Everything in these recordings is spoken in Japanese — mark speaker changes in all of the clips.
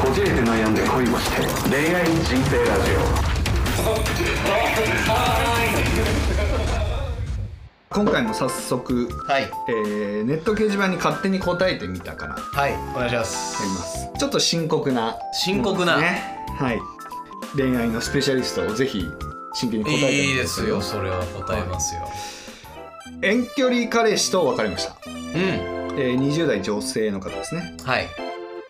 Speaker 1: こじれて悩んで恋をして恋愛人生ラジ
Speaker 2: 今回も早速、
Speaker 3: はい
Speaker 2: えーネット掲示板に勝手に答えてみたからや
Speaker 3: はいお願いします
Speaker 2: りますちょっと深刻な
Speaker 3: 深刻な、
Speaker 2: ねはい恋愛のスペシャリストをぜひ真剣に答えてみて
Speaker 3: いいですよそれは答えますよ、
Speaker 2: 遠距離彼氏と別れました、
Speaker 3: うん
Speaker 2: えー20代女性の方ですね
Speaker 3: はい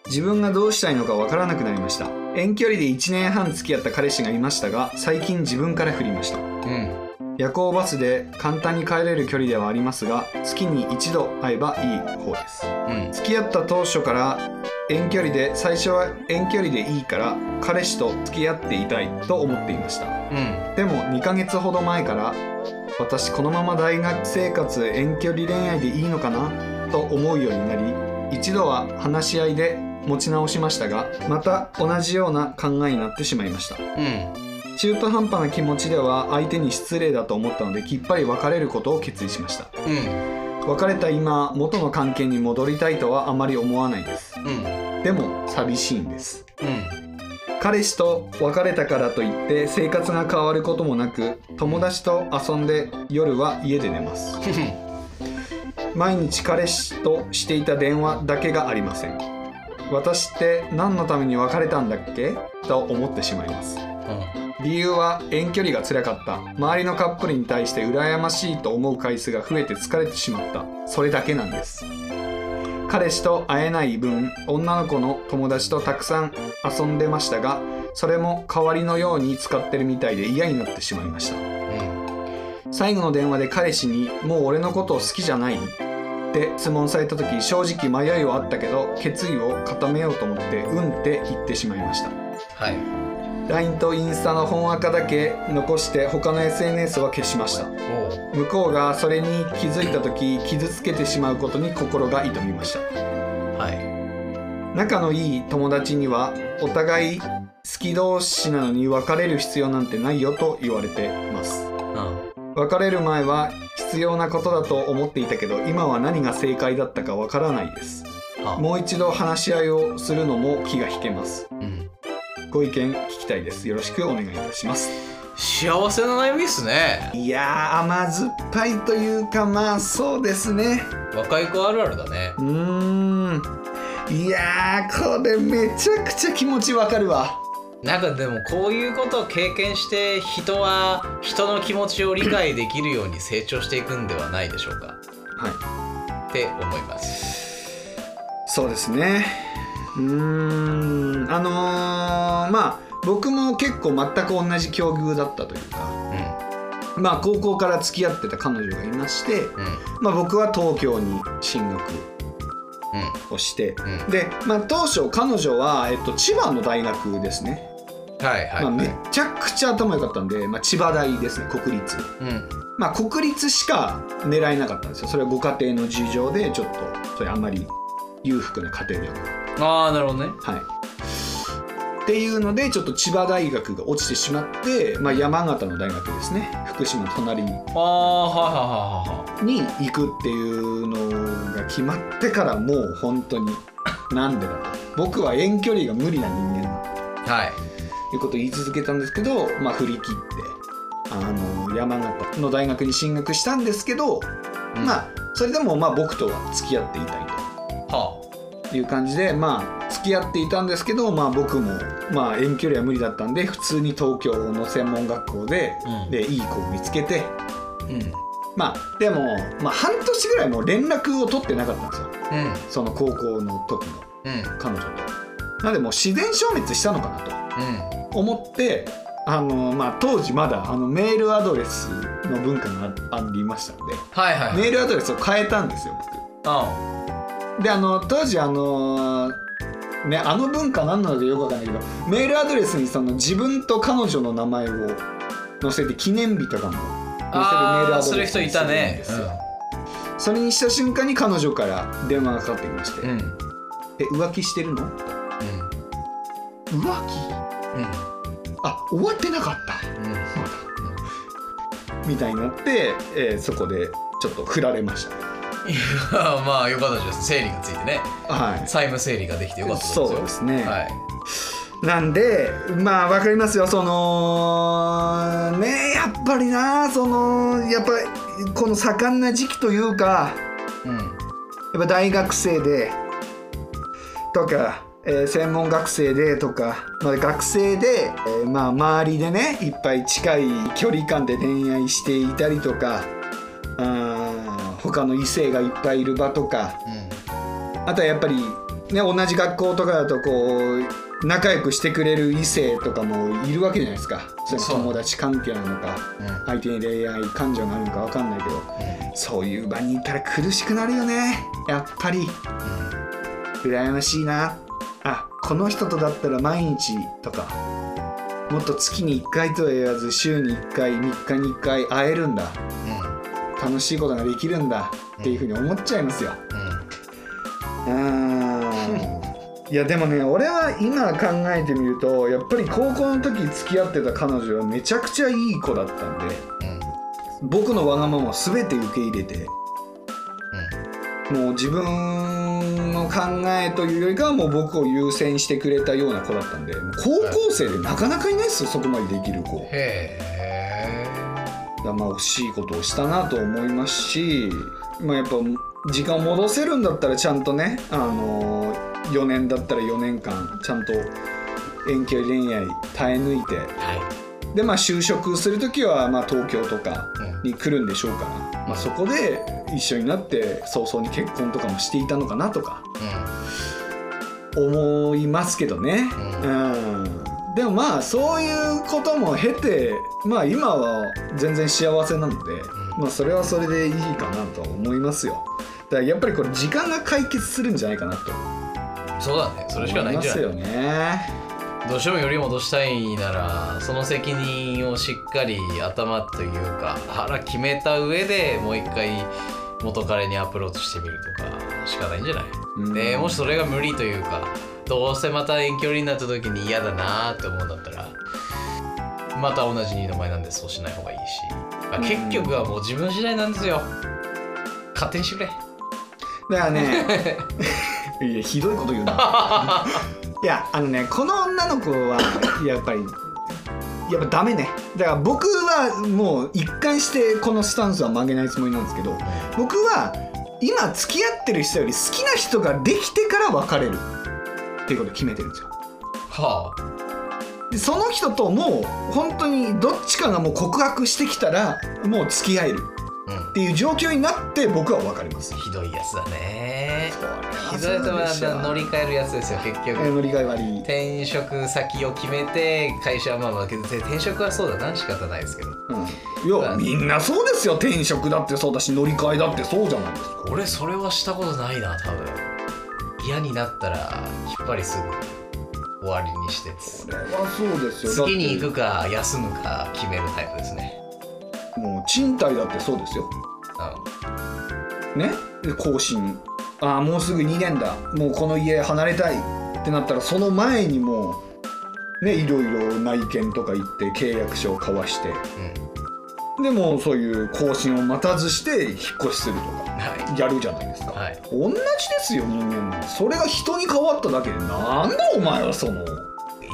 Speaker 2: 自分がどうしたいのかわからなくなりました遠距離で1年半付き合った彼氏がいましたが最近自分から振りました
Speaker 3: うん
Speaker 2: 夜行バスで簡単に帰れる距離ではありますが月に一度会えばいい方です
Speaker 3: うん
Speaker 2: 付き合った当初から遠距離で最初は遠距離でいいから彼氏と付き合っていたいと思っていました
Speaker 3: うん
Speaker 2: でも2ヶ月ほど前から私このまま大学生活遠距離恋愛でいいのかなと思うようになり一度は話し合いで持ち直しましたがまた同じような考えになってしまいました
Speaker 3: うん
Speaker 2: 中途半端な気持ちでは相手に失礼だと思ったのできっぱり別れることを決意しました
Speaker 3: うん
Speaker 2: 別れた今元の関係に戻りたいとはあまり思わないです
Speaker 3: うん
Speaker 2: でも寂しいんです
Speaker 3: うん
Speaker 2: 彼氏と別れたからといって生活が変わることもなく友達と遊んで夜は家で寝ます
Speaker 3: ふふ
Speaker 2: 毎日彼氏としていた電話だけがありません私って何のために別れたんだっけと思ってしまいます理由は遠距離が辛かった周りのカップルに対して羨ましいと思う回数が増えて疲れてしまったそれだけなんです彼氏と会えない分女の子の友達とたくさん遊んでましたがそれも代わりのように使ってるみたいで嫌になってしまいました
Speaker 3: うん
Speaker 2: 最後の電話で彼氏に「もう俺のことを好きじゃない?」って質問された時正直迷いはあったけど決意を固めようと思って「うん」って言ってしまいました
Speaker 3: はい
Speaker 2: LINE とインスタの本垢だけ残して他の SNS は消しました
Speaker 3: おう
Speaker 2: 向こうがそれに気づいた時傷つけてしまうことに心が痛みました
Speaker 3: はい
Speaker 2: 仲のいい友達にはお互い好き同士なのに別れる必要なんてないよと言われてます
Speaker 3: うん
Speaker 2: 別れる前は必要なことだと思っていたけど今は何が正解だったかわからないです
Speaker 3: あ
Speaker 2: もう一度話し合いをするのも気が引けます
Speaker 3: うん
Speaker 2: ご意見聞きたいですよろしくお願いいたします
Speaker 3: 幸せな悩みですね
Speaker 2: いやー甘酸っぱいというかまあそうですね
Speaker 3: 若い子あるあるだね
Speaker 2: うーんいやーこれめちゃくちゃ気持ちわかるわ
Speaker 3: なんかでもこういうことを経験して人は人の気持ちを理解できるように成長していくんではないでしょうか
Speaker 2: はい
Speaker 3: って思います
Speaker 2: そうですねうーんあのーまあ僕も結構全く同じ境遇だったという
Speaker 3: う
Speaker 2: か
Speaker 3: んう
Speaker 2: まあ高校から付き合ってた彼女がいまして、
Speaker 3: ん
Speaker 2: まあ、僕は東京に進学をして
Speaker 3: うんうん
Speaker 2: で、まあ、当初彼女は、えっと、千葉の大学ですね、
Speaker 3: はいはい
Speaker 2: まあ、
Speaker 3: は
Speaker 2: め
Speaker 3: い
Speaker 2: ちゃくちゃ頭良かったんで、まあ、千葉大ですね国立
Speaker 3: うん
Speaker 2: まあ国立しか狙えなかったんですよそれはご家庭の事情でちょっとそれあんまり裕福な家庭ではない
Speaker 3: ああなるほどね
Speaker 2: はいっていうのでちょっと千葉大学が落ちてしまって、まあ、山形の大学ですね福島の隣に
Speaker 3: ああはいはいはいはい
Speaker 2: に行くっていうのが決まってからもう本当になんでだろう僕は遠距離が無理な人間だ
Speaker 3: はいはい
Speaker 2: ということを言い続けたんですけど、まあ、振り切ってあの山形の大学に進学したんですけど、
Speaker 3: うん
Speaker 2: まあそれでもまあ僕とは付き合っていたい
Speaker 3: は
Speaker 2: という感じでまあ付き合っていたんですけど、まあ、僕もまあ遠距離は無理だったんで普通に東京の専門学校で,、
Speaker 3: うん
Speaker 2: でいい子を見つけて
Speaker 3: あうん
Speaker 2: まあでも、まあ、半年ぐらいもう連絡を取ってなかったんですよ
Speaker 3: うん
Speaker 2: その高校の時の
Speaker 3: うん
Speaker 2: 彼女と。なのでもう自然消滅したのかなと。
Speaker 3: うん
Speaker 2: 思ってあの、まあ、当時まだあのメールアドレスの文化があありましたので
Speaker 3: はいはい
Speaker 2: メールアドレスを変えたんですよ
Speaker 3: あ
Speaker 2: 僕であの当時あのねあの文化何なのかよくわかんないけどメールアドレスにその自分と彼女の名前を載せて記念日とかも載せるメール
Speaker 3: あ
Speaker 2: ア
Speaker 3: ーす
Speaker 2: ド
Speaker 3: る
Speaker 2: レス
Speaker 3: 人
Speaker 2: に
Speaker 3: い
Speaker 2: する
Speaker 3: た
Speaker 2: ん
Speaker 3: ね
Speaker 2: ですよそれにした瞬間に彼女から電話がかかってきまして「
Speaker 3: うんうんうん
Speaker 2: え浮気してるの浮気あ終わってなかった」
Speaker 3: うんうん
Speaker 2: みたいになって、えーそこでちょっと振られました
Speaker 3: いやまあよかったです整理がついてね
Speaker 2: はい
Speaker 3: 債務整理ができてよかった
Speaker 2: そうですね、
Speaker 3: はい
Speaker 2: なんでまあわかりますよそのねやっぱりなそのやっぱりこの盛んな時期というか
Speaker 3: うん
Speaker 2: やっぱ大学生でとか、えー専門学生でとか、まあ、学生で、えーまあ、周りでねいっぱい近い距離感で恋愛していたりとかあー他の異性がいっぱいいる場とかあとはやっぱり、ね、同じ学校とかだとこう仲良くしてくれる異性とかもいるわけじゃないですかそれ
Speaker 3: そう
Speaker 2: 友達関係なのか
Speaker 3: うんうん
Speaker 2: 相手に恋愛感情があるのか分かんないけどそういう場にいたら苦しくなるよねやっぱり。羨ましいなあこの人とだったら毎日とかもっと月に1回とは言わず週に1回3日に1回会えるんだ楽しいことができるんだっていうふうに思っちゃいますよ
Speaker 3: うんうん
Speaker 2: うーんいやでもね俺は今考えてみるとやっぱり高校の時付き合ってた彼女はめちゃくちゃいい子だったんで
Speaker 3: うん
Speaker 2: 僕のわがままを全て受け入れてもう自分の考えというよりかはもう僕を優先してくれたような子だったんでもう高校生でなかなかいないですよそこまでできる子
Speaker 3: へえ
Speaker 2: だからまあ惜しいことをしたなと思いますし、まあ、やっぱ時間を戻せるんだったらちゃんとね、あの4年だったら4年間ちゃんと遠距離恋愛耐え抜いて
Speaker 3: はい
Speaker 2: でまあ就職する時はまあ東京とか
Speaker 3: うん
Speaker 2: に来るんでしょうから、まあ、そこで一緒になって早々に結婚とかもしていたのかなとか。思いますけどね、
Speaker 3: う
Speaker 2: うんでもまあそういうことも経てまあ今は全然幸せなので、まあ、それはそれでいいかなとは思いますよだからやっぱりこれ時間が解決するんじゃないかなと
Speaker 3: うんそうだねそれしか
Speaker 2: 思
Speaker 3: ないいん
Speaker 2: ま
Speaker 3: じゃ
Speaker 2: す
Speaker 3: ない
Speaker 2: よね
Speaker 3: どうしてもより戻したいならその責任をしっかり頭というか腹決めた上でもう一回元彼にアプローチしてみるとかしかないんじゃない、
Speaker 2: うん
Speaker 3: でもしそれが無理というかどうせまた遠距離になった時に嫌だなーって思うんだったらまた同じ二の前なんでそうしない方がいいし、まあ
Speaker 2: うん
Speaker 3: 結局はもう自分次第なんですよ勝手にしてくれ
Speaker 2: だからねいやひどいこと言うないやあのねこの女の子 はやっぱりやっぱダメねだから僕はもう一貫してこのスタンスは曲げないつもりなんですけど僕は今付き合ってる人より好きな人ができてから別れるっていうことを決めてるんですよ
Speaker 3: は
Speaker 2: でその人ともう本当にどっちかがもう告白してきたらもう付き合える
Speaker 3: あうん
Speaker 2: っていう状況になって僕は別れます
Speaker 3: ひどいやつだね
Speaker 2: これは
Speaker 3: ひどいとは
Speaker 2: そうでしょう
Speaker 3: 乗り換えるやつですよ結
Speaker 2: え
Speaker 3: 局、
Speaker 2: ー乗り換え割り
Speaker 3: 転職先を決めて会社はまあまあ転職はそうだな仕方ないですけど
Speaker 2: うん、いやみんなそうですよ転職だってそうだし乗り換えだってそうじゃないですか
Speaker 3: 俺それはしたことないな多分嫌になったら引っ張りすぐ終わりにして
Speaker 2: それはそうですよ
Speaker 3: 次に行く
Speaker 2: く
Speaker 3: か休むか決めるタイプですね
Speaker 2: もう賃貸だってそうですよねで更新ああもうすぐ2年だもうこの家離れたいってなったらその前にもうねいろいろ内見とか行って契約書を交わして
Speaker 3: うん、うん、
Speaker 2: でもうそういう更新を待たずして引っ越しするとか
Speaker 3: は
Speaker 2: やるじゃないですか、
Speaker 3: はい
Speaker 2: 同じですよ人間もそれが人に変わっただけでなんだお前はその
Speaker 3: い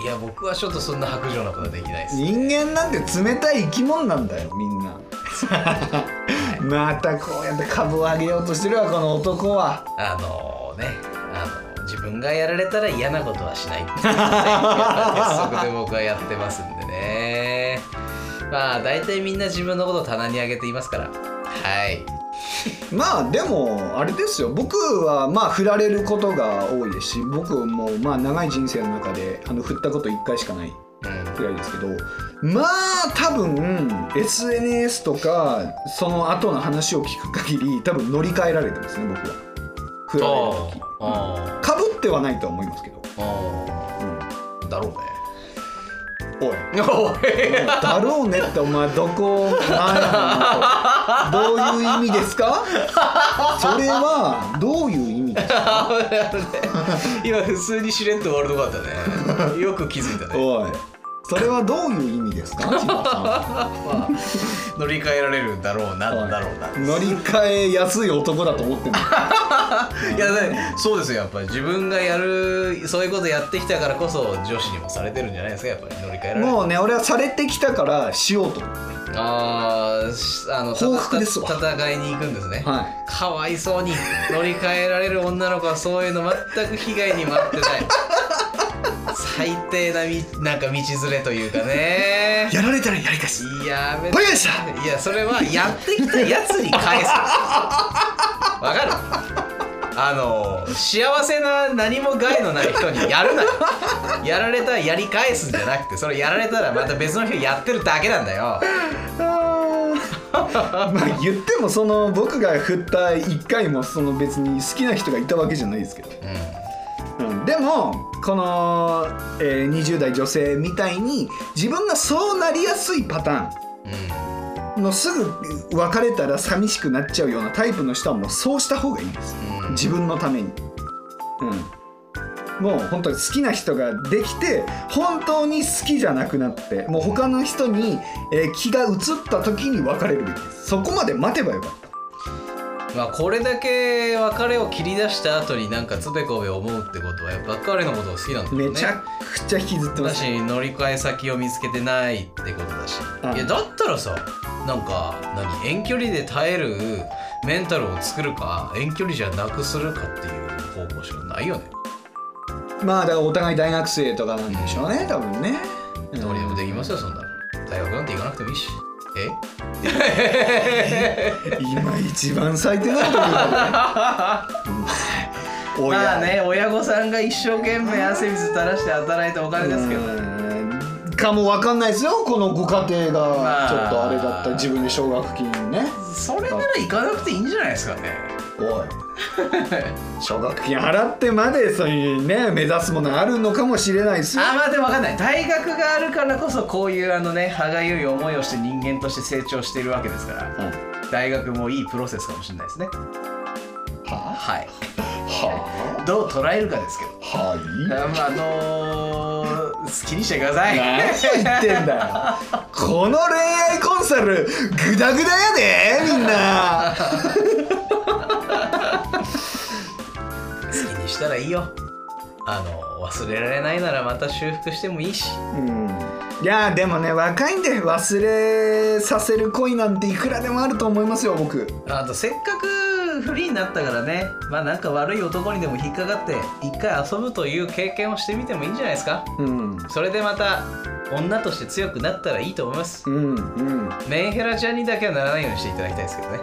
Speaker 3: いや僕はちょっとそんな白状なことはできないです
Speaker 2: 人間なんて冷たい生き物なんだよみん な またこうやって株を上げようとしてるわこの男は
Speaker 3: あのねあの自分がやられたら嫌なことはしないっていうね鉄則で僕はやってますんでねまあ大体みんな自分のことを棚に上げていますからはい
Speaker 2: まあでもあれですよ僕はまあ振られることが多いですし僕もまあ長い人生の中であの振ったこと1回しかない
Speaker 3: うん
Speaker 2: くらいですけどまあ多分 SNS とかその後の話を聞く限り多分乗り換えられてますね僕は振られる時
Speaker 3: あ
Speaker 2: かぶってはないとは思いますけど、
Speaker 3: あああだろうね
Speaker 2: おい
Speaker 3: おい
Speaker 2: だろうねってお前どこなんやろなとどういう意味ですかそれはどういう意味ですか
Speaker 3: 危ない危ない 今普通にしれんと終わるとこだったねよく気づいたね
Speaker 2: おいそれはどういう意味です か千葉
Speaker 3: まあ乗り換えられるだろうな
Speaker 2: はい
Speaker 3: だろうな
Speaker 2: さん乗り換えやすい男だと思ってんの
Speaker 3: いやねそうですよやっぱり自分がやるそういうことやってきたからこそ女子にもされてるんじゃないですかやっぱり乗り換えら れ
Speaker 2: も
Speaker 3: う
Speaker 2: うね俺はされてきたからしようと思って
Speaker 3: あーしあのた
Speaker 2: 報復ですわ
Speaker 3: た戦いに行くんですね、
Speaker 2: は
Speaker 3: かわいそうに乗り換えられる女の子はそういうの全く被害に待ってない 最低なみなんか道連れというかね
Speaker 2: いやられたらやり返す
Speaker 3: いやめ
Speaker 2: バカでした
Speaker 3: いやそれはやってきたやつに返すわかるあの幸せな何も害のない人にやるなよやられたらやり返すんじゃなくてそれやられたらまた別の人やってるだけなんだよ
Speaker 2: あーまあ言ってもその僕が振った1回もその別に好きな人がいたわけじゃないですけど、
Speaker 3: うん
Speaker 2: うん、でもこの、えー20代女性みたいに自分がそうなりやすいパタ
Speaker 3: うん
Speaker 2: ーンのすぐ別れたら寂しくなっちゃうようなタイプの人はもうそうした方がいいんです
Speaker 3: うん
Speaker 2: 自分のために、うん、もう本当に好きな人ができて本当に好きじゃなくなってもう他の人に、えー気が移った時に別れるべきですそこまで待てばよかった
Speaker 3: まあこれだけ別れを切り出した後になんかつべこべ思うってことはやっぱ彼のことが好きなんだもんね
Speaker 2: めちゃくちゃ引きずってま
Speaker 3: だ
Speaker 2: す
Speaker 3: し乗り換え先を見つけてないってことだし、
Speaker 2: うん
Speaker 3: いやだったらさなんか何遠距離で耐えるメンタルを作るか遠距離じゃなくするかっていう方向しかないよね
Speaker 2: まあだからお互い大学生とかなんでしょうね多分ね
Speaker 3: どれでもできますよそんなの大学なんて行かなくてもいいしえ
Speaker 2: 今一番最低なこと 言うからねお
Speaker 3: まあね親御さんが一生懸命汗水垂らして働いたお金ですけど、
Speaker 2: うんかもわかんないですよこのご家庭
Speaker 3: ま
Speaker 2: が
Speaker 3: あ
Speaker 2: ちょっとあれだった自分で奨学金ね
Speaker 3: それなら行かなくていいんじゃないですかね
Speaker 2: お い奨学金払ってまでそういうね目指すものあるのかもしれないですよ
Speaker 3: あーまあでも分かんない大学があるからこそこういうあのね歯がゆい思いをして人間として成長しているわけですから
Speaker 2: うん
Speaker 3: 大学もいいプロセスかもしれないですね
Speaker 2: は
Speaker 3: はい
Speaker 2: は
Speaker 3: どう捉えるかですけど
Speaker 2: はい
Speaker 3: あまああのー、好きにしてください
Speaker 2: 何言ってんだよこの恋愛コンサルグダグダやでみんな
Speaker 3: 好きにしたらいいよあの忘れられないならまた修復してもいいし
Speaker 2: うんいやーでもね若いんで忘れさせる恋なんていくらでもあると思いますよ僕
Speaker 3: あとせっかくフリーになったからねまあなんか悪い男にでも引っかかって一回遊ぶという経験をしてみてもいいんじゃないですか
Speaker 2: うん
Speaker 3: それでまた女として強くなったらいいと思います
Speaker 2: うんうん
Speaker 3: メンヘラちゃんにだけはならないようにしていただきたいですけどね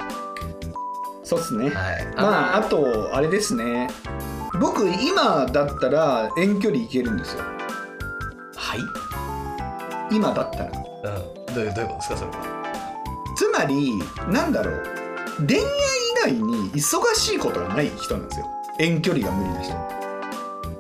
Speaker 2: そうっすね
Speaker 3: はい
Speaker 2: まああとあれですね僕今だったら遠距離行けるんですよ
Speaker 3: はい、うん、
Speaker 2: 今だったら
Speaker 3: どういうどういうことですかそれは
Speaker 2: つまりなんだろう恋愛以外に忙しいことがない人なんですよ遠距離が無理な人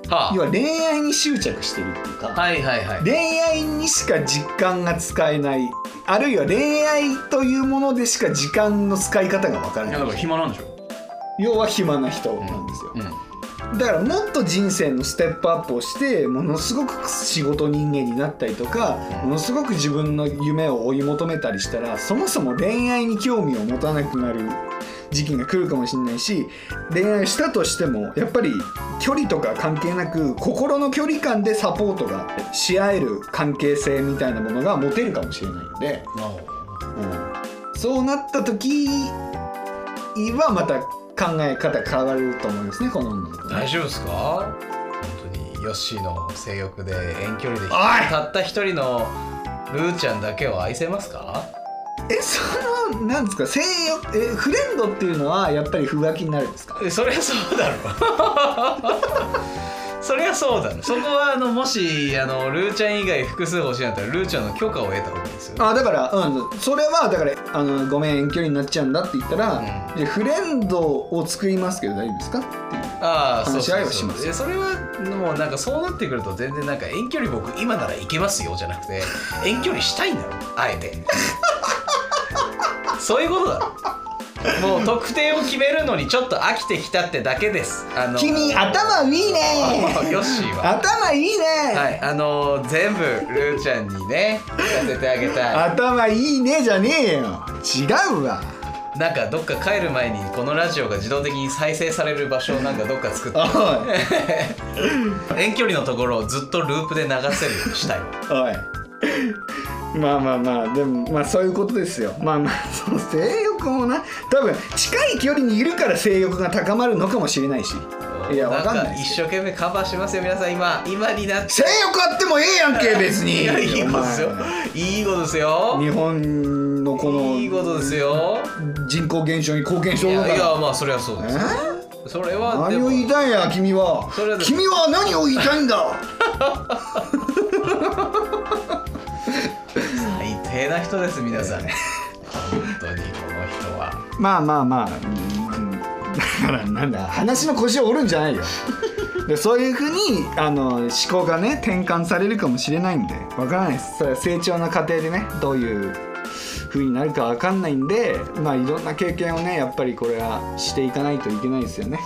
Speaker 3: は
Speaker 2: 要は恋愛に執着してるっていうか、
Speaker 3: はいはいはい。
Speaker 2: 恋愛にしか実感が使えないあるいは恋愛というものでしか時間の使い方がわから
Speaker 4: いや
Speaker 2: ない
Speaker 4: だから暇なんでしょ
Speaker 2: 要は暇な人なんですよ、
Speaker 4: うん
Speaker 2: だからもっと人生のステップアップをしてものすごく仕事人間になったりとか、
Speaker 3: う
Speaker 2: も
Speaker 3: ん
Speaker 2: のすごく自分の夢を追い求めたりしたらそもそも恋愛に興味を持たなくなる時期が来るかもしれないし恋愛したとしてもやっぱり距離とか関係なく心の距離感でサポートがし合える関係性みたいなものが持てるかもしれないので、うん、そうなった時はまた考え方変わると思いますねこの女の子ね
Speaker 3: 大丈夫ですか本当にヨッシーの性欲で遠距離で
Speaker 2: おい
Speaker 3: たった一人のルーちゃんだけを愛せますか
Speaker 2: えそのなんですか性欲えフレンドっていうのはやっぱり不ガキになるんですか
Speaker 3: えそりゃそうだろ そりゃそうだろそこはあのもしあのルーちゃん以外複数欲しいんだったらルーちゃんの許可を得た方がいいですよ
Speaker 2: あだから、うん、それはだからあのごめん遠距離になっちゃうんだって言ったら、
Speaker 3: う
Speaker 2: でフレンドを作りますけど大丈夫ですかっていう
Speaker 3: ああそう
Speaker 2: 話し
Speaker 3: そ
Speaker 2: 合いうはし
Speaker 3: そ
Speaker 2: ます
Speaker 3: うえそれはもうなんかそうなってくると全然なんか遠距離僕今なら行けますよじゃな くて遠距離したいんだろあえて そういうことだろもう特定を決めるのにちょっと飽きてきたってだけですあの
Speaker 2: 君頭いいね
Speaker 3: ヨッシーは
Speaker 2: 頭いいね、
Speaker 3: はいあの全部ルーちゃんにねやせてあげたい
Speaker 2: 頭いいねじゃねえよ違うわ
Speaker 3: なんかどっか帰る前にこのラジオが自動的に再生される場所をなんかどっか作って
Speaker 2: おい
Speaker 3: 遠距離のところをずっとループで流せるようにしたいわ
Speaker 2: おいまあまあまあでもまあそういうことですよまあまあその性欲もな多分近い距離にいるから性欲が高まるのかもしれないしいやわかんないで
Speaker 3: んか
Speaker 2: す
Speaker 3: 一生懸命カバーしますよ皆さん今今になって
Speaker 2: 性欲あってもええやんけ別に
Speaker 3: いやいいことですよ
Speaker 2: お前
Speaker 3: いいことですよ
Speaker 2: 日本のこの
Speaker 3: いいことですよ
Speaker 2: 人口減少に貢献し
Speaker 3: い
Speaker 2: よう
Speaker 3: や
Speaker 2: だ
Speaker 3: いや
Speaker 2: か
Speaker 3: まあそれはそうで
Speaker 2: ら
Speaker 3: す
Speaker 2: えー
Speaker 3: それは
Speaker 2: 何
Speaker 3: で
Speaker 2: を
Speaker 3: も
Speaker 2: 言いたいんや君は
Speaker 3: それはでも
Speaker 2: 君は何を言いたいんだ
Speaker 3: 最低な人です皆さん本当にこの人は
Speaker 2: まあまあまあうんだからなんだ話の腰を折るんじゃ ないよでそういうふうにあの思考がね転換されるかもしれないんでわからないですそれは成長の過程でねどういうふうになるかわかんないんでまあいろんな経験をねやっぱりこれはしていかないといけないですよね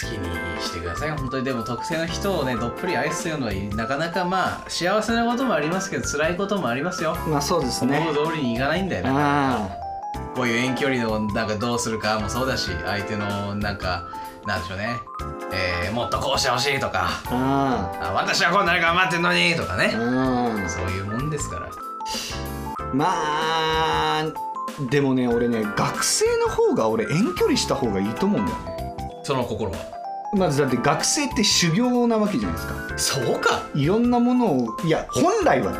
Speaker 3: 好きにしてください本当にでも特定の人をねどっぷり愛すというのはなかなかまあ幸せなこともありますけど辛いこともありますよ
Speaker 2: まあそうです
Speaker 3: 思
Speaker 2: ね
Speaker 3: う通りにいかないんだよね
Speaker 2: ああ
Speaker 3: こういう遠距離のなんかどうするかもそうだし相手のなんかなんでしょうね、えーもっとこうしてほしいとか
Speaker 2: あ
Speaker 3: あ私はこんなに頑張ってんのにとか
Speaker 2: あ
Speaker 3: ね
Speaker 2: うん
Speaker 3: そういうもんですから
Speaker 2: まあでもね俺ね学生の方が俺遠距離した方がいいと思うんだよね
Speaker 3: その心は
Speaker 2: まずだって学生って修行なわけじゃないですか
Speaker 3: そうか
Speaker 2: いろんなものをいや本来 はね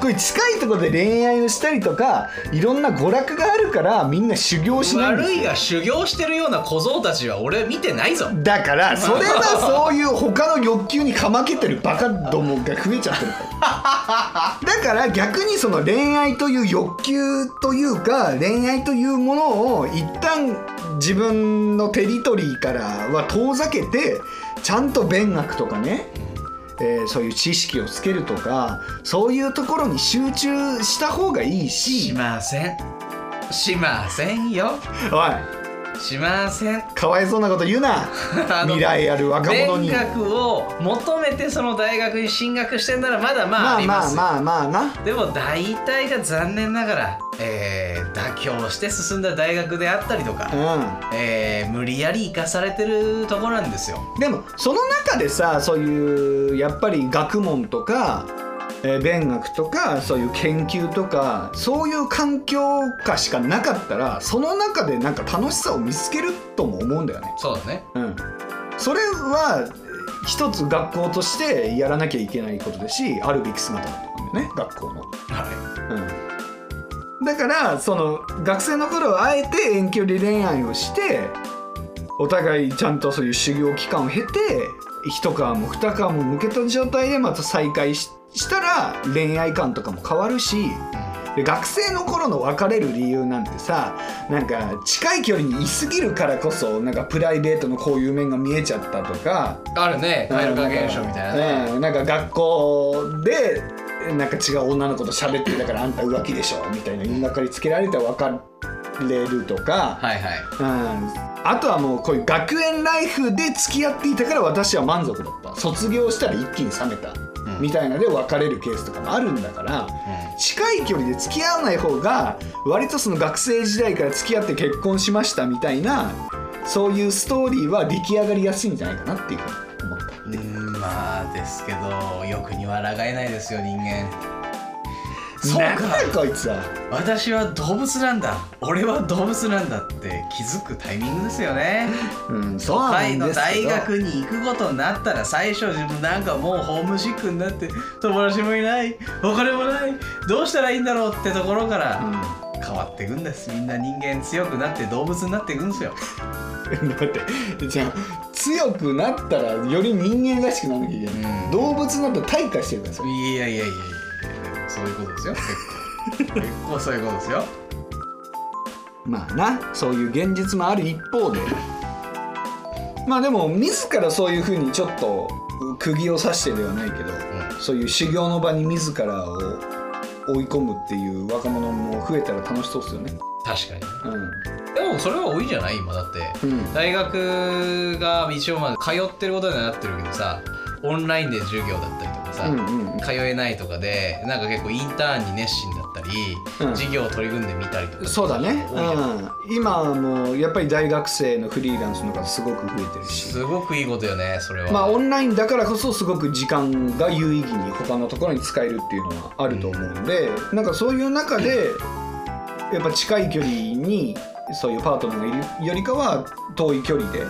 Speaker 2: これ近いところで恋愛をしたりとかいろんな娯楽があるからみんな修行しないんです
Speaker 3: 悪いが修行してるような小僧たちは俺見てないぞ
Speaker 2: だからそれはそういう他の欲求にかまけてるバカどもが増えちゃってる からだから逆にその恋愛という欲求というか恋愛というものを一旦自分のテリトリーからは遠ざけてちゃんと勉学とかね、えーそういう知識をつけるとかそういうところに集中した方がいい
Speaker 3: し
Speaker 2: し
Speaker 3: ませんしませんよ
Speaker 2: おい
Speaker 3: しません
Speaker 2: かわいそうなこと言うな
Speaker 3: あの
Speaker 2: 未来ある若者
Speaker 3: 勉
Speaker 2: に。
Speaker 3: 学を求めてその大学に進学してんならまだまあ
Speaker 2: ま
Speaker 3: あ
Speaker 2: あ
Speaker 3: り
Speaker 2: ま
Speaker 3: ま
Speaker 2: あ
Speaker 3: すよ
Speaker 2: まあまあな。
Speaker 3: でも大体が残念ながら、えー妥協して進んだ大学であったりとか、
Speaker 2: う
Speaker 3: えー無理やり生かされてるところなんですよ。
Speaker 2: ん、でもその中でさそういうやっぱり学問とか、えー勉学とかそういう研究とかそういう環境下しかなかったらその中でなんか楽しさを見つけるとも思うんだよね。
Speaker 3: そうだね。
Speaker 2: うん、それは一つ学校としてやらなきゃいけないことだしあるべき姿だと思うんだよね学校の。
Speaker 3: は
Speaker 2: だからその学生の頃はあえて遠距離恋愛をしてお互いちゃんとそういう修行期間を経て一皮も二皮も向けた状態でまた再会ししたら恋愛観とかも変わるしで学生の頃の別れる理由なんてさなんか近い距離にいすぎるからこそなんかプライベートのこういう面が見えちゃったとか
Speaker 3: い。あるね。蛙化現象みたいなね。
Speaker 2: うん、なんか学校でなんか違う女の子と喋ってたからあんた浮気でしょみたいな言いがかりつけられたら別れるとか、
Speaker 3: はいはい。
Speaker 2: うん、あとはもうこういう学園ライフで付き合っていたから私は満足だった卒業したら一気に冷めた、
Speaker 3: うん
Speaker 2: みたいなので別れるケースとかもあるんだから。近い距離で付き合わない方が割とその学生時代から付き合って結婚しましたみたいなそういうストーリーは出来上がりやすいんじゃないかなっていうふうに思った。
Speaker 3: うん、うんまあですけど欲には抗えないですよ人間。そう
Speaker 2: なん
Speaker 3: か
Speaker 2: だこいつは
Speaker 3: 私は動物なんだ俺は動物なんだって気づくタイミングですよね。
Speaker 2: うんそう
Speaker 3: 都
Speaker 2: な
Speaker 3: 会
Speaker 2: ん
Speaker 3: の
Speaker 2: ですけ
Speaker 3: 大
Speaker 2: ど
Speaker 3: 学に行くことになったら最初自分なんかもうホームシックになって友達もいないお金もないどうしたらいいんだろうってところから変わっていくんですみんな人間強くなって動物になっていくんですよ
Speaker 2: うん、だってじゃあ強くなったらより人間らしくならなきゃいけない、
Speaker 3: うん
Speaker 2: 動物になったら退化してるからそれ
Speaker 3: いやいやいやいやでもそういうことですよ結 構結構そういうことですよ
Speaker 2: まあなそういう現実もある一方でまあでも自らそういうふうにちょっと釘を刺してではないけど、
Speaker 3: ん
Speaker 2: そういう修行の場に自らを追い込むっていう若者も増えたら楽しそうですよね
Speaker 3: 確かに
Speaker 2: うん
Speaker 3: でもそれは多いんじゃない今だって
Speaker 2: うん
Speaker 3: 大学が一応まあ通ってることにはなってるけどさオンラインで授業だったりとかさ、
Speaker 2: うんうん
Speaker 3: 通えないとかでなんか結構インターンに熱心だったり、
Speaker 2: うん
Speaker 3: 授業を取り組んでみたりとか
Speaker 2: そうだね、
Speaker 3: 多いじゃん
Speaker 2: うん、今もやっぱり大学生のフリーランスの方すごく増えてるし
Speaker 3: すごくいいことよねそれは、
Speaker 2: まあオンラインだからこそすごく時間が有意義に他のところに使えるっていうのはあると思うんで、なんかそういう中でやっぱ近い距離にそういうパートナーがいるよりかは遠い距離で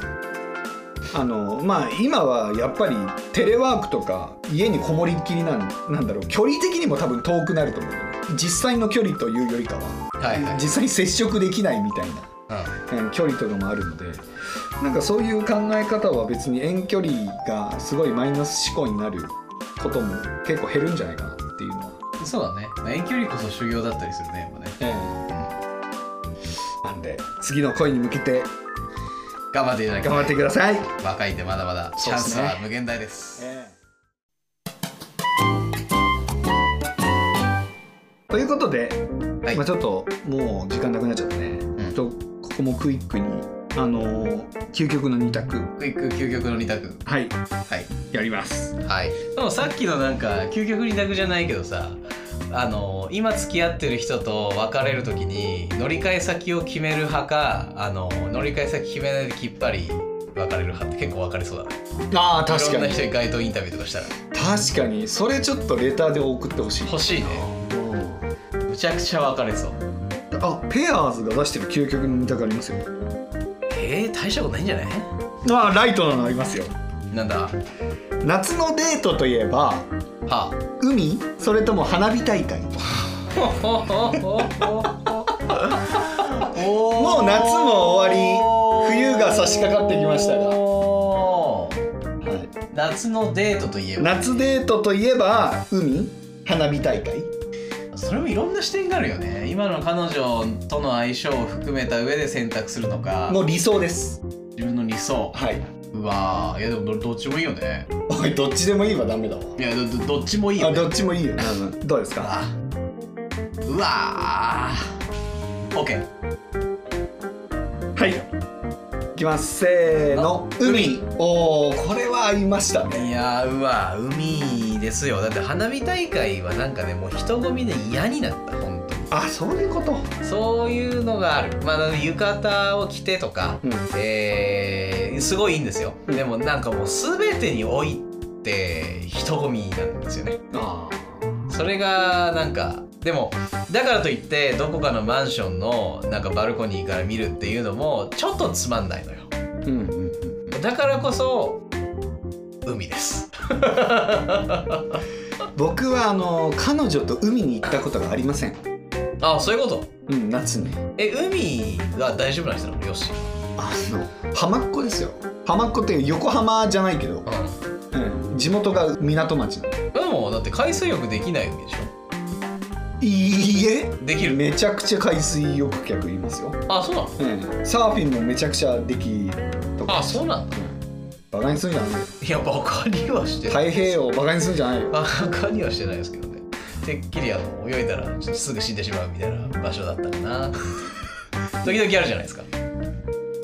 Speaker 2: あのまあ今はやっぱりテレワークとか家にこもりっきりなんなんだろう距離的にも多分遠くなると思うよね実際の距離というよりかは。
Speaker 3: はいはい、
Speaker 2: 実際に接触できないみたい
Speaker 3: うん
Speaker 2: な、うん距離とかもあるのでなんかそういう考え方は別に遠距離がすごいマイナス思考になることも結構減るんじゃないかなっていうのは、
Speaker 3: そうだね、まあ、遠距離こそ修行だったりするねやっぱね
Speaker 2: なんで次の恋に向けて
Speaker 3: 頑張っていただきたい
Speaker 2: 頑張ってください、
Speaker 3: 若いんでまだまだチャンスは無限大です
Speaker 2: ということで、
Speaker 3: はい
Speaker 2: まあ、ちょっともう時間なくなっちゃったね、
Speaker 3: ん
Speaker 2: とここもクイックにあのー究極の2択
Speaker 3: クイック究極の二択
Speaker 2: はい
Speaker 3: はい
Speaker 2: やります
Speaker 3: はい、でもさっきのなんか究極二択じゃないけどさあの今付き合ってる人と別れる時に乗り換え先を決める派かあの乗り換え先決めないできっぱり別れる派って結構分かれそうだね
Speaker 2: ああ
Speaker 3: いろんな人に街頭インタビューとかしたら
Speaker 2: 確かにそれちょっとレターで送ってほしい
Speaker 3: 欲しいね
Speaker 2: うん
Speaker 3: むちゃくちゃ分かれそう
Speaker 2: あペアーズが出してる究極の2択ありますよ
Speaker 3: えー、大したことないんじゃない
Speaker 2: ああライトなのありますよ
Speaker 3: なんだは
Speaker 2: 夏のデートといえば
Speaker 3: あ
Speaker 2: 海それとも花火大会も
Speaker 3: も
Speaker 2: う 夏も終わり冬が差し掛かってきましたが
Speaker 3: 夏のデートといえば
Speaker 2: 夏デートといえば海花火大会
Speaker 3: それもいろんな視点があるよね今の彼女との相性を含めた上で選択するのか
Speaker 2: もう理想です
Speaker 3: 自分の理想
Speaker 2: はいう
Speaker 3: わーいやでもどどっちもいいよね
Speaker 2: おいどっちでもいいわダメだわ
Speaker 3: いやどどどっちもいいよ
Speaker 2: あ
Speaker 3: ね
Speaker 2: どっちもいいよどうですか
Speaker 3: あうわー OK
Speaker 2: はいいきますせーの
Speaker 3: あ
Speaker 2: 海おおこれは合いましたね
Speaker 3: いやーうわ海ですよだって花火大会はなんかねもう人混みで嫌になった本当に
Speaker 2: あそういうこと
Speaker 3: そういうのがあるまああの浴衣を着てとか、
Speaker 2: うん
Speaker 3: えー、すごいいいんですよでもなんかもう全てにおいて人混みなんですよね
Speaker 2: あ
Speaker 3: それがなんかでもだからといってどこかのマンションのなんかバルコニーから見るっていうのもちょっとつまんないのよ
Speaker 2: あうんうんうん
Speaker 3: だからこそ海です
Speaker 2: 僕はあの彼女と海に行ったことがありません。
Speaker 3: あそういうこと
Speaker 2: うん、夏に。
Speaker 3: え海は大丈夫なんですよよし、
Speaker 2: あの浜っ子ですよ。浜っ子って横浜じゃないけど、
Speaker 3: う
Speaker 2: うん、地元が港町なんで。
Speaker 3: ん、でもだって海水浴できない海でしょ
Speaker 2: いいえ。
Speaker 3: できる
Speaker 2: めちゃくちゃ海水浴客いますよ。
Speaker 3: あそうなの
Speaker 2: うん、サーフィンもめちゃくちゃできるとか。
Speaker 3: あそうなんだ
Speaker 2: バカにするんじゃないよ。
Speaker 3: いやバカにはしてない
Speaker 2: 太平洋をバカにするんじゃないよ。
Speaker 3: バカにはしてないですけどねてっきりあの泳いだらちょっとすぐ死んでしまうみたいな場所だったか な時々あるじゃないですか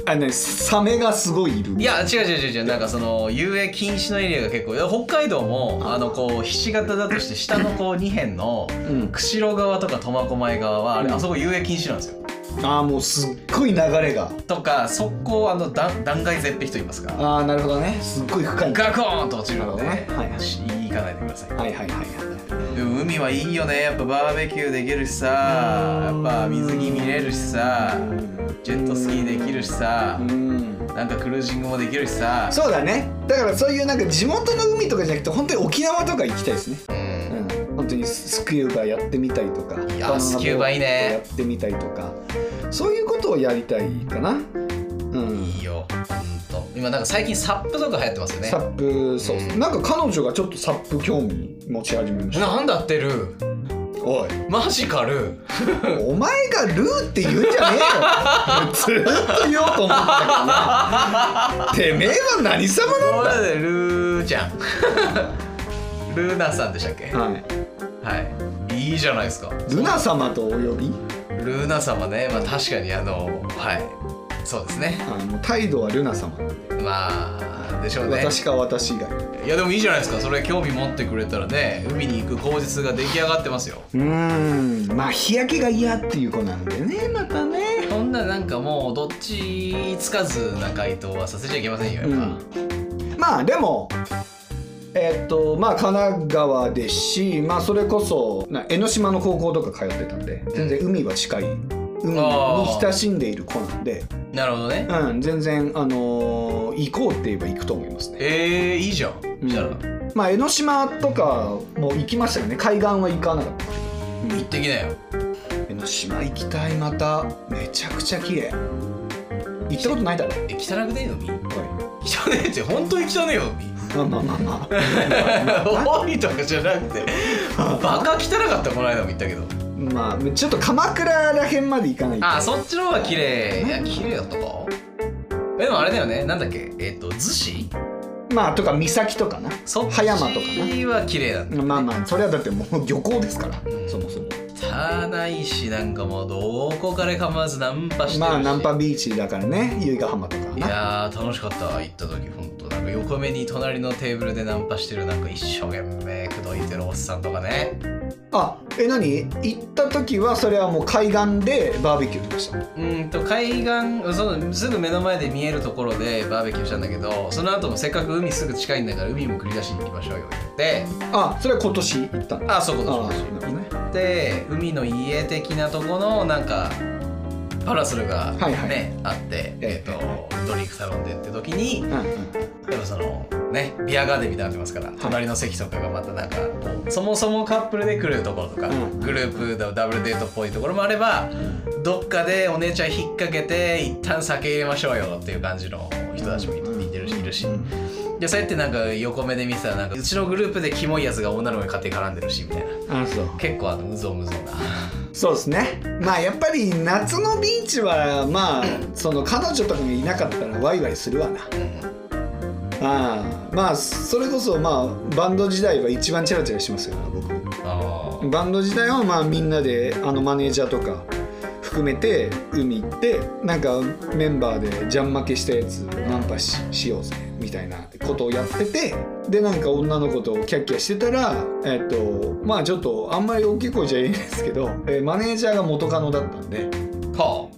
Speaker 2: あのね、サメがすごいいる。
Speaker 3: い。や違う違う違う違うなんかその遊泳禁止のエリアが結構北海道もあのこうひし形だとして下のこう2辺の
Speaker 2: うん。
Speaker 3: 釧路側とか苫小牧側はあれ
Speaker 2: うん
Speaker 3: あそこ遊泳禁止なんですよ
Speaker 2: ああもうすっごい流れが。
Speaker 3: とか速攻あの断断崖絶壁といいますか
Speaker 2: ああなるほどね。すっごい深い。
Speaker 3: ガコーンと落ちるので、
Speaker 2: なるほどねはいはい
Speaker 3: し行かないでください
Speaker 2: はいはいはいはい。
Speaker 3: でも海はいいよねやっぱバーベキューできるしさやっぱ水着見れるしさジェットスキーできるしさ
Speaker 2: うん。
Speaker 3: なんかクルージングもできるしさ
Speaker 2: そうだねだからそういうなんか地元の海とかじゃなくて本当に沖縄とか行きたいですね
Speaker 3: うん
Speaker 2: うん本当にスキューバやってみたりとか
Speaker 3: いや
Speaker 2: バナナボート
Speaker 3: スキューバいいね
Speaker 2: やってみたりとかそういうことをやりたいかなうん
Speaker 3: いいよほんと今なんか最近サップとか流行ってますよね
Speaker 2: サップそう
Speaker 3: うん
Speaker 2: なんか彼女がちょっとサップ興味持ち始めました
Speaker 3: なんだってる
Speaker 2: おい
Speaker 3: マジかる
Speaker 2: お前がルーって言うんじゃねえよずーっと言おうと思ったけどなてめえは何様な
Speaker 3: これでルーちゃ んルーナさんでしたっけ
Speaker 2: のはい
Speaker 3: はいいいじゃないですか
Speaker 2: ルナ様とお呼び
Speaker 3: ルーナ様ねまあ確かにあのはいそうですね
Speaker 2: あの態度はルナ様
Speaker 3: まあでしょうね
Speaker 2: 私か私以外
Speaker 3: いやでもいいじゃないですかそれ興味持ってくれたらね海に行く口実が出来上がってますよ
Speaker 2: うーんまあ日焼けが嫌っていう子なんでねまたね
Speaker 3: そんななんかもうどっちつかずな回答はさせちゃいけませんよやっぱ、
Speaker 2: まあでもえっとまあ神奈川ですしまあそれこそな江ノ島の高校とか通ってたんで全然海は近い海に親しんでいる子なんで、
Speaker 3: なるほどね
Speaker 2: うん、全然あのー行こうって言えば行くと思いますね
Speaker 3: えー、いいじゃん
Speaker 2: うん
Speaker 3: じゃあ行
Speaker 2: まあ江ノ島とかも行きましたよね海岸は行かなかったうん
Speaker 3: ってきなよ
Speaker 2: 江ノ島行きたいまためちゃくちゃ綺麗行ったことないだろ
Speaker 3: え汚くねえの海汚ねえって本当に汚ねえよ海
Speaker 2: まあまあまあまあ
Speaker 3: 多いとかじゃなくてバカ汚かったこの間も言ったけど
Speaker 2: まあちょっと鎌倉らへんまで行かないと
Speaker 3: あそっちの方が綺麗いや綺麗だったかえでもあれだよねなんだっけえっ、と逗子
Speaker 2: まあとか岬とかな
Speaker 3: そっち
Speaker 2: 葉山とかね
Speaker 3: は綺麗なんだ
Speaker 2: まあまあそれはだってもう漁港ですからそもそも
Speaker 3: 汚いしなんかもうどこかで構わずナンパしてるし
Speaker 2: まあナンパビーチだからね由比ヶ浜とか
Speaker 3: い
Speaker 2: な
Speaker 3: やー楽しかったわ行った時ほんとなんか横目に隣のテーブルでナンパしてるなんか一生懸命口説いてるおっさんとかね
Speaker 2: あえ何行った時はそれはもう海岸でバーベキューとかしたの
Speaker 3: うーんと海岸そのすぐ目の前で見えるところでバーベキューしたんだけどその後もせっかく海すぐ近いんだから海も繰り出しに行きましょうよって
Speaker 2: あそれは今年行ったの
Speaker 3: あそういうこと
Speaker 2: あ
Speaker 3: です
Speaker 2: なるほどね
Speaker 3: で海の家的なとこのなんかパラソルがね、
Speaker 2: はいはい
Speaker 3: あって、え
Speaker 2: ええ
Speaker 3: っとドリンク頼んでって時に
Speaker 2: うんうん
Speaker 3: でもそのねビアガーデンみたいになってますから、隣の席とかがまたなんかこうそもそもカップルで来るところとか、
Speaker 2: うん
Speaker 3: グループのダブルデートっぽいところもあれば、どっかでお姉ちゃん引っ掛けて一旦酒入れましょうよっていう感じの人たちもいいるしいるし。でそうやってなんか横目で見てたらなんかうちのグループでキモいやつが女の子に勝手に絡んでるしみたいな
Speaker 2: あそう
Speaker 3: 結構あのうぞうむぞうな
Speaker 2: そうですねまあやっぱり夏のビーチはまあその彼女とかがいなかったらワイワイするわなああまあそれこそまあバンド時代は一番チャラチャラしますよな僕
Speaker 3: あー
Speaker 2: バンド時代はまあみんなであのマネージャーとか含めて海行ってなんかメンバーでジャン負けしたやつナンパししようぜみたいなことをやっててでなんか女の子とキャッキャしてたらえっとまあちょっとあんまり大きい声じゃ言えないですけど、えーマネージャーが元カノだったんで
Speaker 3: は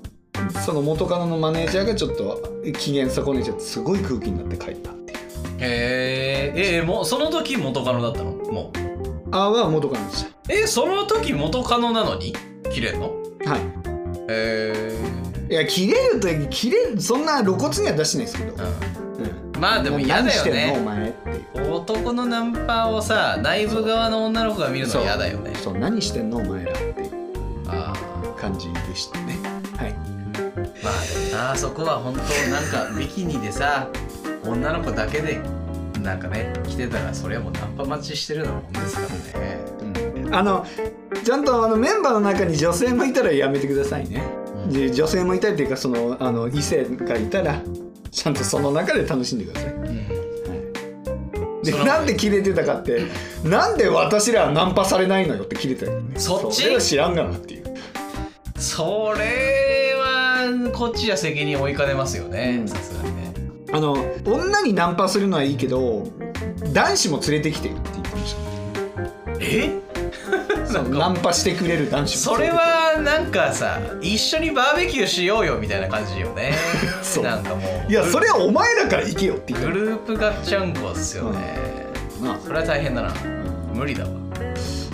Speaker 2: その元カノのマネージャーがちょっと機嫌損ねちゃってすごい空気になって帰ったっていう
Speaker 3: あへーええもうその時元カノだったのもう
Speaker 2: あーは元カノでし
Speaker 3: えその時元カノなのに切れんの
Speaker 2: たはい
Speaker 3: へ
Speaker 2: いや切れると切れるそんな露骨には出してないですけど
Speaker 3: え、う
Speaker 2: うん
Speaker 3: ん、まあでも嫌だよ
Speaker 2: 何してんのお
Speaker 3: ね
Speaker 2: 前っていう
Speaker 3: 男のナンパをさ内部側の女の子が見るのは嫌だよね
Speaker 2: そう何してんのお前らっていう
Speaker 3: あー
Speaker 2: 感じでしたねはい
Speaker 3: まあでもなそこは本当なん かビキニでさ女の子だけでなんかね来てたらそれはもうナンパ待ちしてるようなもんですからね
Speaker 2: あのちゃんとあのメンバーの中に女性もいたらやめてくださいね、
Speaker 3: うん
Speaker 2: で女性もいたりっていうかそのあの異性がいたらちゃんとその中で楽しんでください
Speaker 3: うん
Speaker 2: で
Speaker 3: その
Speaker 2: なんでキレてたかってなんで私らはナンパされないのよってキレてたよね
Speaker 3: そっち
Speaker 2: れは知らんがなっていう
Speaker 3: それはこっちは責任追いかねますよね
Speaker 2: うん
Speaker 3: さすがにね
Speaker 2: あの女にナンパするのはいいけど男子も連れてきてよって言ってました
Speaker 3: え
Speaker 2: そのナンパしてくれる男子
Speaker 3: そ
Speaker 2: も連
Speaker 3: れ
Speaker 2: れてきて
Speaker 3: はなんかさ一緒にバーベキューしようよみたいな感じよね
Speaker 2: そう
Speaker 3: なんかもう
Speaker 2: い
Speaker 3: い
Speaker 2: やそれはお前らから行けよって言って
Speaker 3: グループガッチャンコっすよね、
Speaker 2: たな
Speaker 3: それは大変だな無理だわ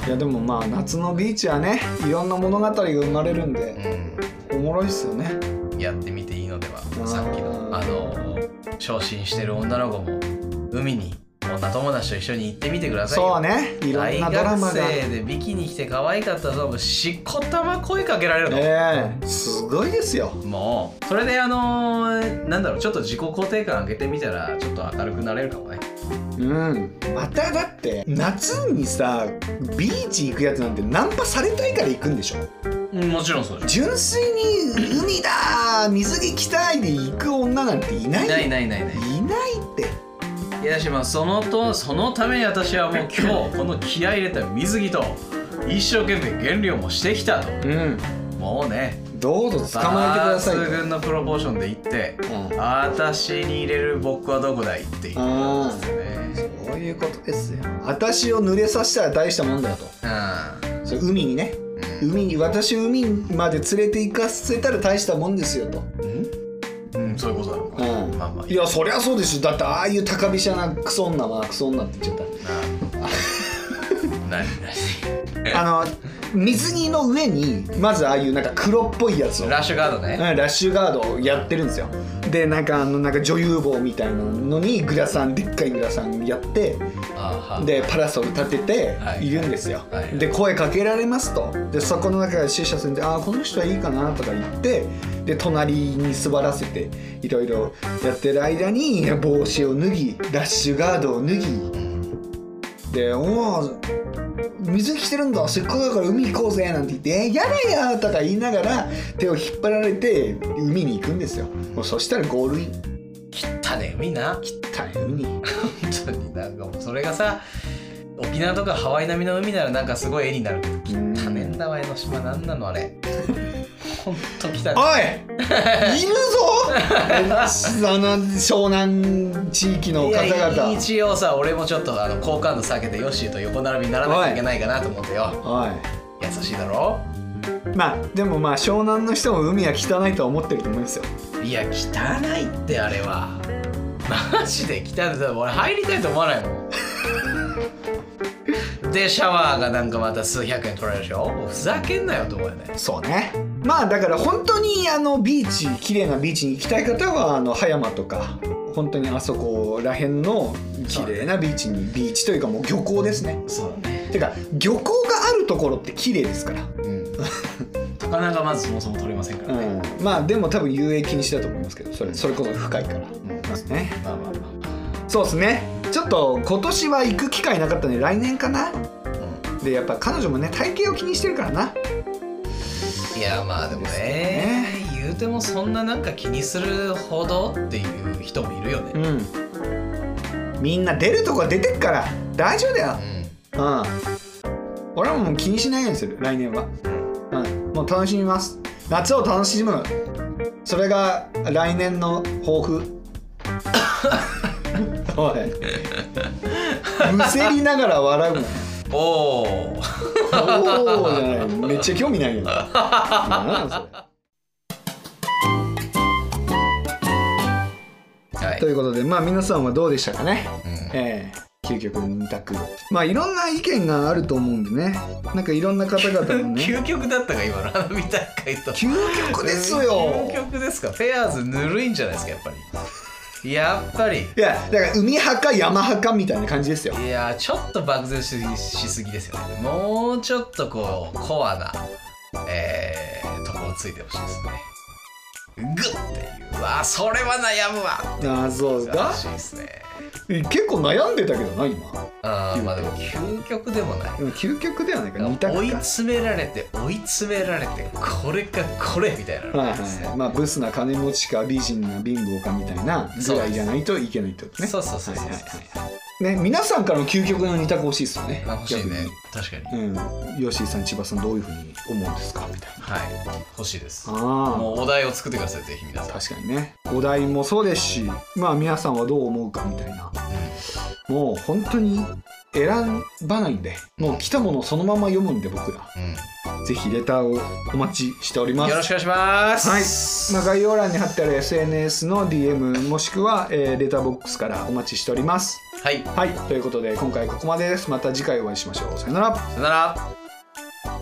Speaker 2: いやでもまあ夏のビーチはねいろんな物語が生まれるんで
Speaker 3: う
Speaker 2: おもろいっすよね
Speaker 3: んやってみていいのでは
Speaker 2: ー
Speaker 3: さっきのあの昇進してる女の子も海に女友達と一緒に行ってみてくださいよ
Speaker 2: そうねいろん
Speaker 3: 大
Speaker 2: なドラ
Speaker 3: 学
Speaker 2: マが
Speaker 3: 生でビキニ着て可愛かったぞしこたま声かけられるの、
Speaker 2: ええすごいですよ
Speaker 3: もうそれであのーなんだろうちょっと自己肯定感上げてみたらちょっと明るくなれるかもね
Speaker 2: うんまただって夏にさビーチ行くやつなんてナンパされたいから行くんでしょ
Speaker 3: もちろんそうでし
Speaker 2: 純粋に海だー水着着たいで行く女なんていない
Speaker 3: ょ
Speaker 2: よ
Speaker 3: ないないないな
Speaker 2: い
Speaker 3: い
Speaker 2: ないって
Speaker 3: いやしまあそのとそのために私はもう今日この気合い入れた水着と一生懸命減量もしてきたと
Speaker 2: うん
Speaker 3: もうね
Speaker 2: どうぞ捕まえてくださいと
Speaker 3: 抜群のプロポーションで行って、
Speaker 2: うん
Speaker 3: 私に入れる僕はどこだいって言
Speaker 2: ああ
Speaker 3: ってね
Speaker 2: そういうことですよ私を濡れさせたら大したもんだよとそれ海にね海に私を海まで連れて行かせたら大したもんですよと、
Speaker 3: うん、うん、そういうことなのかな、まあまあ
Speaker 2: いやそりゃそうですよだってああいう高飛車なクソ女はクソ女って言っちゃっ
Speaker 3: な何何
Speaker 2: たあの水着の上にまずああいうなんか黒っぽいやつを
Speaker 3: ラッシュガードね
Speaker 2: うんラッシュガードをやってるんですよでなんかあのなんか女優帽みたいなのにグラサンでっかいグラサンやって
Speaker 3: あ
Speaker 2: でパラソル立てて
Speaker 3: はい
Speaker 2: いるんですよ、
Speaker 3: はい
Speaker 2: で声かけられますとでそこの中で出社するんで「ああこの人はいいかな」とか言ってで隣に座らせていろいろやってる間に帽子を脱ぎラッシュガードを脱ぎで「おお水着着てるんだせっかくだから海行こうぜ」なんて言ってえー「やだよ」とか言いながら手を引っ張られて海に行くんですよもうそしたらゴールイン
Speaker 3: 汚ね海な
Speaker 2: 大変海に
Speaker 3: 本当になんかもうそれがさ沖縄とかハワイ並みの海ならなんかすごい絵になるけど汚ねんだわ江の島なんなのあれ ほんと汚ね
Speaker 2: おいいるぞあの湘南地域の
Speaker 3: い
Speaker 2: 方
Speaker 3: や
Speaker 2: 々
Speaker 3: 一応さ俺もちょっとあの好感度下げてヨッシーと横並びにならなきゃいけないかなと思ってよ
Speaker 2: はい
Speaker 3: 優しいだろ
Speaker 2: まあでもまあ湘南の人も海は汚いとは思ってると思いますよ
Speaker 3: いや汚いってあれはマジで汚いだ俺入りたいと思わないもん でシャワーがなんかまた数百円取られるでしょもうふざけんなよと思うよね
Speaker 2: そうねまあだから本当にあのビーチ綺麗なビーチに行きたい方はあの葉山とか本当にあそこら辺の綺麗なビーチにビーチというかもう漁港ですね
Speaker 3: そうだね
Speaker 2: てか漁港があるところって綺麗ですから、
Speaker 3: うん魚がまずそもそも取れませんからね、
Speaker 2: うん、まあでも多分遊泳禁止だと思いますけどそれそれこそ深いから、
Speaker 3: ん
Speaker 2: ですね
Speaker 3: まあまあま
Speaker 2: そうですねちょっと今年は行く機会なかったんで来年かな
Speaker 3: あ、う
Speaker 2: でやっぱ彼女もね体型を気にしてるからなん
Speaker 3: いやまあでもね言うてもそんななんか気にするほどっていう人もいるよね、
Speaker 2: んみんな出るとこは出てっから大丈夫だようん俺はもう気にしないようにする来年はうんもう楽しみます夏を楽しむそれが来年の抱負 おいむせりながら笑うな
Speaker 3: うん、お
Speaker 2: お
Speaker 3: お
Speaker 2: おじゃないめっちゃ興味ない よなんなんそれ
Speaker 3: はい
Speaker 2: ということでまあ皆さんはどうでしたかね、
Speaker 3: うん
Speaker 2: ええ究極の二択まあいろんな意見があると思うんでねなんかいろんな方々のね
Speaker 3: 究極だったか今の花火大会と
Speaker 2: 究極ですよ
Speaker 3: 究極ですかフェアーズぬるいんじゃないですかやっぱりやっぱり
Speaker 2: いやだから海派か山派かみたいな感じですよ
Speaker 3: いやーちょっと漠然ししすぎですよねもうちょっとこうコアなえー、とこをついてほしいですねグッっていううわーそれは悩むわ
Speaker 2: ああそうだ
Speaker 3: 欲しいですね
Speaker 2: 結構悩んでたけどな今
Speaker 3: あーまあでも究極でもない
Speaker 2: でも究極ではないか二択か
Speaker 3: 追い詰められて追い詰められてこれかこれみたいなの
Speaker 2: はい
Speaker 3: があるんですね
Speaker 2: はいまあブスな金持ちか美人な貧乏かみたいなぐらいじゃないといけないってことね
Speaker 3: そうそうそうそう
Speaker 2: はいはい
Speaker 3: そ
Speaker 2: は
Speaker 3: う
Speaker 2: いね、皆さんからの究極の二択欲しいですよね。
Speaker 3: まあ欲しいね
Speaker 2: 逆
Speaker 3: 確かに
Speaker 2: に。うん、吉井さん、千葉さん、どういうふうに思うんですかみたいな。
Speaker 3: はい欲しいですも
Speaker 2: あ
Speaker 3: うお題を作ってくださいぜひ皆
Speaker 2: あ、
Speaker 3: さん
Speaker 2: 確かにね。お題もそうですし、まあ、皆さんはどう思うかみたいな。もう、本当に選ばないんで、もう来たものをそのまま読むんで、僕ら。
Speaker 3: う
Speaker 2: ぜひレターをお待ちしておりま
Speaker 3: ん
Speaker 2: す。
Speaker 3: よろしくお願いします
Speaker 2: はい、まあ、概要欄に貼ってある SNS の DM もしくは、えーレターボックスからお待ちしております。
Speaker 3: はいさ
Speaker 2: はい、ということで今回ここまでです。また次回お会いしましょう。さよなら。
Speaker 3: よなら